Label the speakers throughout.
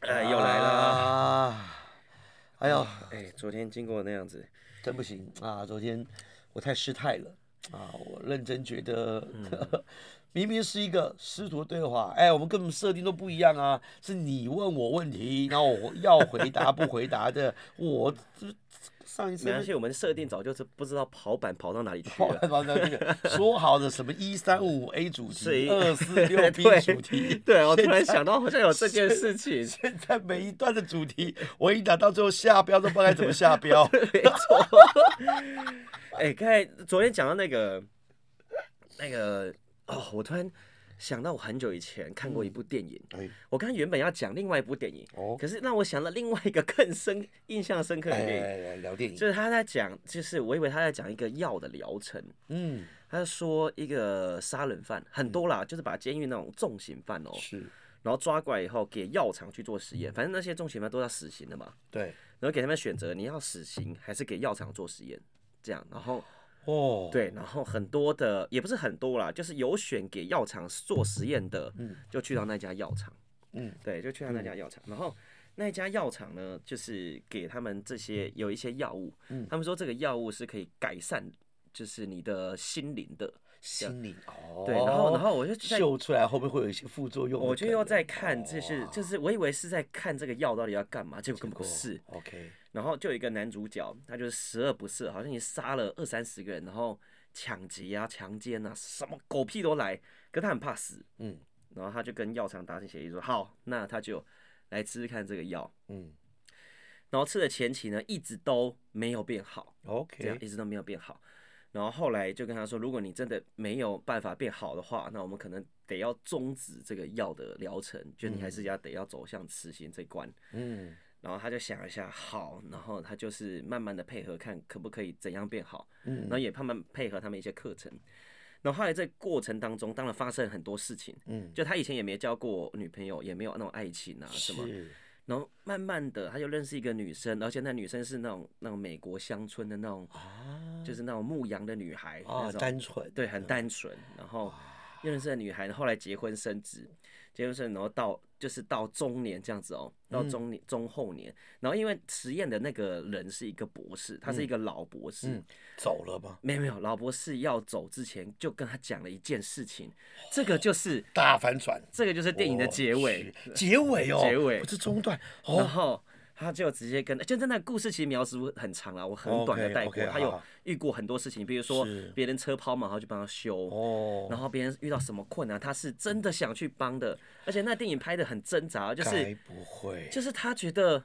Speaker 1: 哎
Speaker 2: 啊哎呦，哎，昨天经过那样子，真不行啊！昨天我太失态了啊！我认真觉得，
Speaker 1: 嗯
Speaker 2: 明明是一个师徒对话，哎，我们根本设定都不一样啊！是你问我问题，然后我要回答不回答 的，我这上一次
Speaker 1: 没关系，我们设定早就是不知道跑板跑到哪里去
Speaker 2: 跑
Speaker 1: 了。
Speaker 2: 完了那个说好的什么一三五 A 主
Speaker 1: 是
Speaker 2: 题，
Speaker 1: 一
Speaker 2: 二四六 B
Speaker 1: 对
Speaker 2: 主题，
Speaker 1: 对，我突然想到好像有这件事情，
Speaker 2: 现在每一段的主题，我一打到最后下标都不知道该怎么 下标。
Speaker 1: 没错。哎、刚才昨天讲到那个那个哦，我突然想到我很久以前看过一部电影，
Speaker 2: 哎
Speaker 1: 我刚才原本要讲另外一部电影，
Speaker 2: 哦，
Speaker 1: 可是让我想到另外一个更深、印象深刻的电影，
Speaker 2: 哎来来聊电影，
Speaker 1: 就是他在讲，就是我以为他在讲一个药的疗程，
Speaker 2: 嗯，
Speaker 1: 他说一个杀人犯很多啦，就是把监狱那种重刑犯哦、
Speaker 2: 是，
Speaker 1: 然后抓过来以后给药厂去做
Speaker 2: 嗯
Speaker 1: 实验，反正那些重刑犯都要死刑的嘛，
Speaker 2: 对，
Speaker 1: 然后给他们选择你要死刑还是给药厂做实验，这样，然后
Speaker 2: 哦，，
Speaker 1: 对，然后很多的也不是很多啦，就是有选给药厂做实验的，就去到那家药厂，
Speaker 2: 嗯，
Speaker 1: 对，就去到那家药厂，然后那家药厂呢，就是给他们这些有一些药物，
Speaker 2: 嗯
Speaker 1: 他们说这个药物是可以改善，就是你的心灵的，
Speaker 2: 心理哦，
Speaker 1: 对，然后然后我就在
Speaker 2: 秀出来后面会有一些副作用的可能，
Speaker 1: 我就又在看，就是
Speaker 2: 哦
Speaker 1: 就是我以为是在看这个药到底要干嘛，结果根本不是，
Speaker 2: ，OK，
Speaker 1: 然后就有一个男主角，他就是十恶不赦，好像你杀了二三十个人，然后抢劫啊、强奸啊，什么狗屁都来，可他很怕死，
Speaker 2: 嗯
Speaker 1: 然后他就跟药厂达成协议说，好，那他就来吃吃看这个药，
Speaker 2: 嗯
Speaker 1: 然后吃的前期呢，一直都没有变好，这样
Speaker 2: ，OK，
Speaker 1: 一直都没有变好。然后后来就跟他说，如果你真的没有办法变好的话，那我们可能得要终止这个药的疗程，就你还是要得要走向死刑这一关。
Speaker 2: 嗯
Speaker 1: 然后他就想一下，好，然后他就是慢慢的配合，看可不可以怎样变好，然后
Speaker 2: 嗯
Speaker 1: 也慢慢配合他们一些课程。然后后来在过程当中，当然发生很多事情，
Speaker 2: 嗯，
Speaker 1: 就他以前也没交过女朋友，也没有那种爱情啊什么，
Speaker 2: 是，
Speaker 1: 然后慢慢的，他就认识一个女生，而且那女生是那种那种美国乡村的那种，就是那种牧羊的女孩，
Speaker 2: 啊，
Speaker 1: 那种
Speaker 2: 嗯单嗯纯，
Speaker 1: 对，很单纯。然后又认识了女孩，后来结婚生子，结婚生子，然后到就是到中年这样子哦，到
Speaker 2: 嗯
Speaker 1: 中年、中后年，然后因为实验的那个人是一个博士，他是一个老博士，
Speaker 2: 嗯，走了吗？
Speaker 1: 没有没有，老博士要走之前就跟他讲了一件事情，这个就是
Speaker 2: 大反转，
Speaker 1: 这个就是电影的结尾，
Speaker 2: 是，结尾哦，
Speaker 1: 结尾
Speaker 2: 不是中段
Speaker 1: 然
Speaker 2: 哦，
Speaker 1: 后他就直接跟，就真的故事其实描述很长啦，我很短的带过。
Speaker 2: OK，OK，
Speaker 1: 他
Speaker 2: 好
Speaker 1: 有
Speaker 2: 好
Speaker 1: 遇过很多事情，比如说
Speaker 2: 是
Speaker 1: 别人车抛锚，然后去帮他修。
Speaker 2: 哦，
Speaker 1: 然后别人遇到什么困难，他是真的想去帮的，而且那电影拍的很挣扎，就
Speaker 2: 该
Speaker 1: 是
Speaker 2: 不会，
Speaker 1: 就是他觉得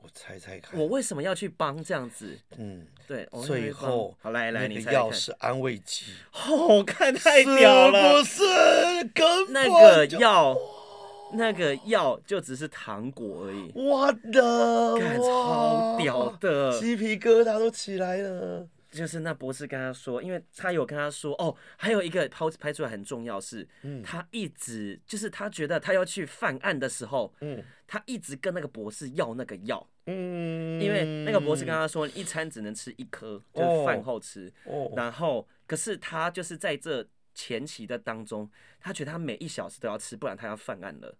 Speaker 2: 我猜猜看，
Speaker 1: 我为什么要去帮这样子？
Speaker 2: 嗯，
Speaker 1: 对，我为什么要
Speaker 2: 最
Speaker 1: 去帮
Speaker 2: 后
Speaker 1: 好来来，
Speaker 2: 那
Speaker 1: 你
Speaker 2: 个
Speaker 1: 猜猜
Speaker 2: 药
Speaker 1: 看，
Speaker 2: 是安慰剂，
Speaker 1: 哦，看 太屌了，
Speaker 2: 是不是？根
Speaker 1: 那
Speaker 2: 本
Speaker 1: 个
Speaker 2: 就
Speaker 1: 药，那个药就只是糖果而已，
Speaker 2: 我的
Speaker 1: 干超屌的，
Speaker 2: 鸡皮疙瘩都起来了。
Speaker 1: 就是那博士跟他说，因为他有跟他说哦，还有一个抛拍出来很重要是，
Speaker 2: 嗯
Speaker 1: 他一直就是他觉得他要去犯案的时候，
Speaker 2: 嗯
Speaker 1: 他一直跟那个博士要那个药，
Speaker 2: 嗯，
Speaker 1: 因为那个博士跟他说一餐只能吃一颗，就是饭后吃，
Speaker 2: 哦，
Speaker 1: 然后可是他就是在这前期的当中，他觉得他每一小时都要吃，不然他要犯案了。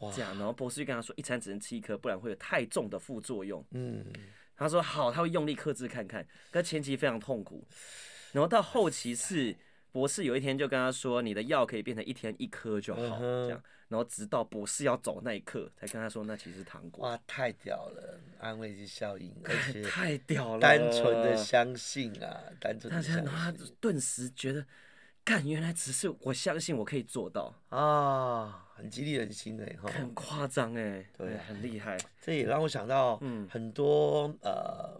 Speaker 2: 哇
Speaker 1: 这样，然后博士就跟他说，一餐只能吃一颗，不然会有太重的副作用。
Speaker 2: 嗯，
Speaker 1: 他说好，他会用力克制看看，但前期非常痛苦，然后到后期是博士有一天就跟他说，你的药可以变成一天一颗就好，
Speaker 2: 嗯哼
Speaker 1: 这样，然后直到博士要走那一刻，才跟他说那其实是糖果，
Speaker 2: 哇，太屌了，安慰剂效应，而且
Speaker 1: 太屌了，
Speaker 2: 单纯的相信啊，单纯
Speaker 1: 大
Speaker 2: 的
Speaker 1: 家然后
Speaker 2: 相
Speaker 1: 他
Speaker 2: 信
Speaker 1: 顿时觉得，干，原来只是我相信我可以做到，
Speaker 2: 啊，很激励人心哎哈。
Speaker 1: 很夸张哎，
Speaker 2: 对啊
Speaker 1: 哎很厉害，
Speaker 2: 这也让我想到
Speaker 1: 嗯
Speaker 2: 很多、呃，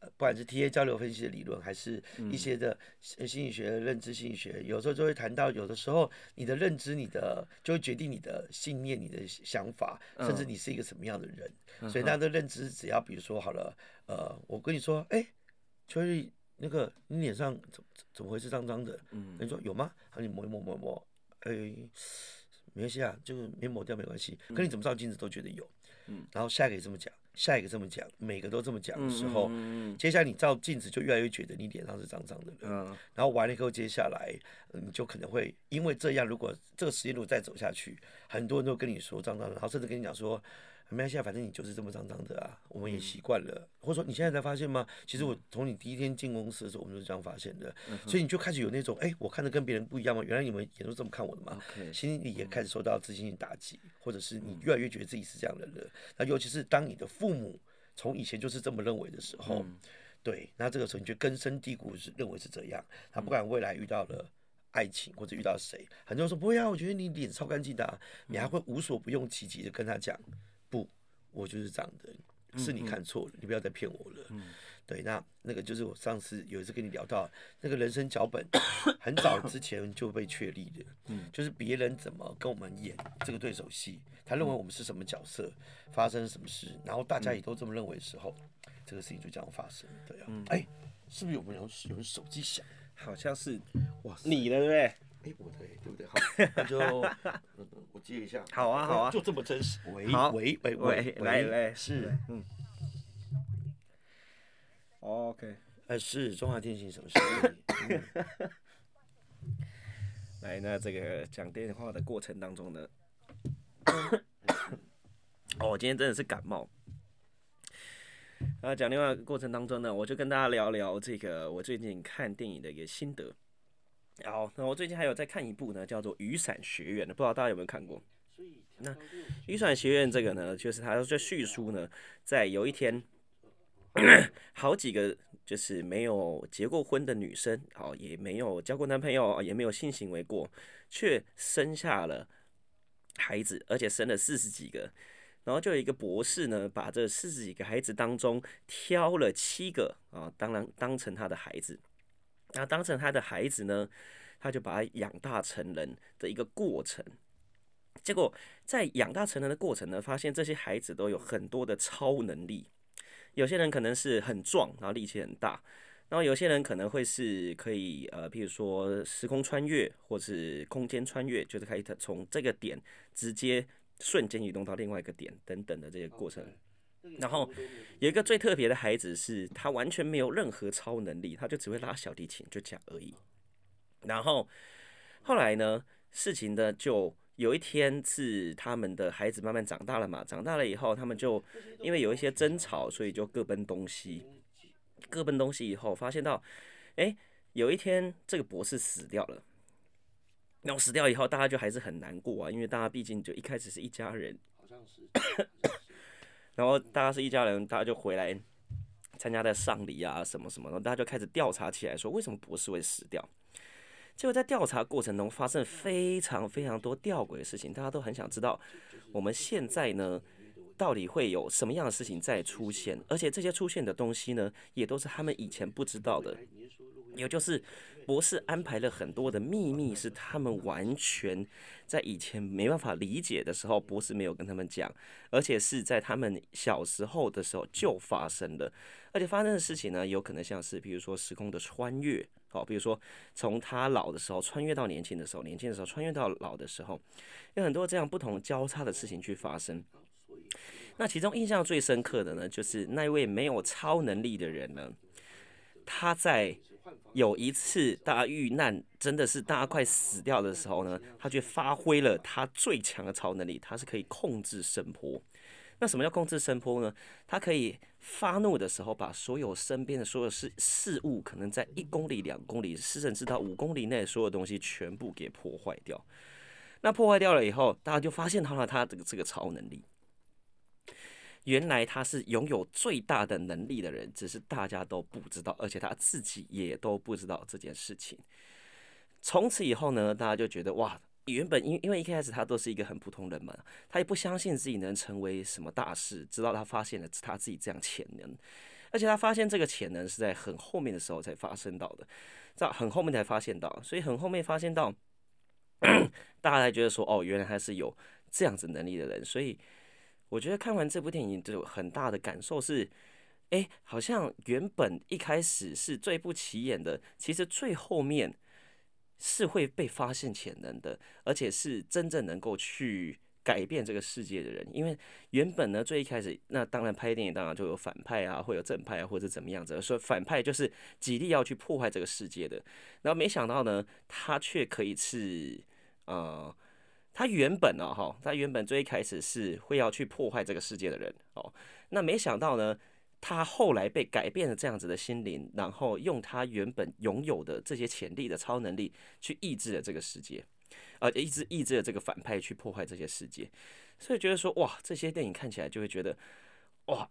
Speaker 2: 不管是 TA 交流分析的理论，还是
Speaker 1: 嗯
Speaker 2: 一些的心心理学、认知心理学，有时候就会谈到，有的时候你的认知、你的就会决定你的信念、你的想法，甚至
Speaker 1: 嗯
Speaker 2: 你是一个什么样的人。所以，那的认知只要比如说好了，呃，我跟你说，哎、秋瑞，那个你脸上怎么怎么回事，脏脏的？
Speaker 1: 嗯
Speaker 2: 你说有吗？好，你抹一抹抹一抹，哎、没关系啊，就是没抹掉没关系。可你怎么照镜子都觉得有，
Speaker 1: 嗯，
Speaker 2: 然后下一个也这么讲，下一个这么讲，每个都这么讲的
Speaker 1: 嗯
Speaker 2: 时候，
Speaker 1: 嗯嗯
Speaker 2: 接下来你照镜子就越来越觉得你脸上是脏脏的了，
Speaker 1: 嗯嗯
Speaker 2: 然后完了以后，接下来呃你就可能会因为这样，如果这个实验如果再走下去，很多人都跟你说脏脏的，然后甚至跟你讲说，没关系啊，反正你就是这么脏脏的啊，我们也习惯了。或者说你现在才发现吗？其实我从你第一天进公司的时候，我们就是这样发现的，所以你就开始有那种，哎、我看的跟别人不一样吗？原来你们也都这么看我的嘛
Speaker 1: OK
Speaker 2: 心里也开始受到自信心打击，或者是你越来越觉得自己是这样的人了。那尤其是当你的父母从以前就是这么认为的时候，对，那这个时候你就根深蒂固是认为是这样，他不管未来遇到了。爱情或者遇到谁，很多人说不会啊，我觉得你脸超干净的啊、你还会无所不用其极的跟他讲，不，我就是这样的，是你看错了，你不要再骗我了。对，那那个就是我上次有一次跟你聊到那个人生脚本，很早之前就被确立的， 就是别人怎么跟我们演这个对手戏，他认为我们是什么角色，发生什么事，然后大家也都这么认为的时候，这个事情就这样发生。对啊，哎、是不是有没有有人手机响？
Speaker 1: 好像是
Speaker 2: 哇塞，
Speaker 1: 你的对不对？
Speaker 2: 哎、我的哎对不 对？好，那就嗯我接一下。
Speaker 1: 好啊好啊
Speaker 2: 就这么真实。喂
Speaker 1: 好
Speaker 2: 喂喂
Speaker 1: 喂来来
Speaker 2: 是。
Speaker 1: OK，
Speaker 2: 呃，是中华电信 什么事？嗯
Speaker 1: 来，那这个讲电话的过程当中呢，哦，我今天真的是感冒。啊那讲电话的过程当中呢，我就跟大家聊聊这个我最近看电影的一个心得。好，那我最近还有在看一部呢，叫做《雨伞学院》的，不知道大家有没有看过？那《雨伞学院》这个呢，就是它就叙述呢，在有一天， 好几个就是没有结过婚的女生，哦，也没有交过男朋友，哦也没有性行为过，却生下了孩子，而且生了四十几个。然后就有一个博士呢，把这四十几个孩子当中挑了七个啊，当然当成他的孩子。那当成他的孩子呢，他就把他养大成人的一个过程。结果在养大成人的过程呢，发现这些孩子都有很多的超能力。有些人可能是很壮，然后力气很大，然后有些人可能会是可以呃，譬如说时空穿越或是空间穿越，就是可以从这个点直接瞬间移动到另外一个点等等的这些过程。然后有一个最特别的孩子是，他完全没有任何超能力，他就只会拉小提琴，就这样而已。然后后来呢，事情呢就有一天是他们的孩子慢慢长大了嘛，长大了以后，他们就因为有一些争吵，所以就各奔东西。各奔东西以后，发现到，哎、有一天这个博士死掉了。那我死掉以后，大家就还是很难过啊，因为大家毕竟就一开始是一家人， 然后大家是一家人，大家就回来参加的丧礼啊，什么什么，然后大家就开始调查起来，说为什么博士会死掉。结果在调查过程中发生非常非常多吊诡的事情，大家都很想知道我们现在呢到底会有什么样的事情再出现，而且这些出现的东西呢，也都是他们以前不知道的。也就是博士安排了很多的秘密，是他们完全在以前没办法理解的时候，博士没有跟他们讲。而且是在他们小时候的时候就发生的，而且发生的事情呢，有可能像是比如说时空的穿越，哦，比如说从他老的时候穿越到年轻的时候，年轻的时候穿越到老的时候，有很多这样不同交叉的事情去发生。那其中印象最深刻的呢，就是那位没有超能力的人呢，他在有一次大家遇难，真的是大家快死掉的时候呢，他却发挥了他最强的超能力，他是可以控制声波。那什么叫控制声波呢？他可以发怒的时候，把所有身边的所有事事物，可能在一公里、两公里，甚至到五公里内的所有东西，全部给破坏掉。那破坏掉了以后，大家就发现到了他这个这个超能力。原来他是拥有最大的能力的人，只是大家都不知道，而且他自己也都不知道这件事情。从此以后呢，大家就觉得哇，原本因因为一开始他都是一个很普通人嘛，他也不相信自己能成为什么大事，直到他发现了他自己这样潜能，而且他发现这个潜能是在很后面的时候才发生到的，在很后面才发现到，所以很后面发现到， 大家才觉得说哦，原来他是有这样子能力的人，所以我觉得看完这部电影就有很大的感受是。哎，好像原本一开始是最不起眼的，其实最后面是会被发现潜能的，而且是真正能够去改变这个世界的人。因为原本呢，最一开始，那当然拍电影当然就有反派啊，会有正派啊，或者怎么样子。所以反派就是极力要去破坏这个世界的，然后没想到呢，他却可以是呃。他原本呢，哈，他原本最一开始是会要去破坏这个世界的人哦，那没想到呢，他后来被改变了这样子的心灵，然后用他原本拥有的这些潜力的超能力去抑制了这个世界，呃，抑制抑制了这个反派去破坏这些世界，所以觉得说哇，这些电影看起来就会觉得哇，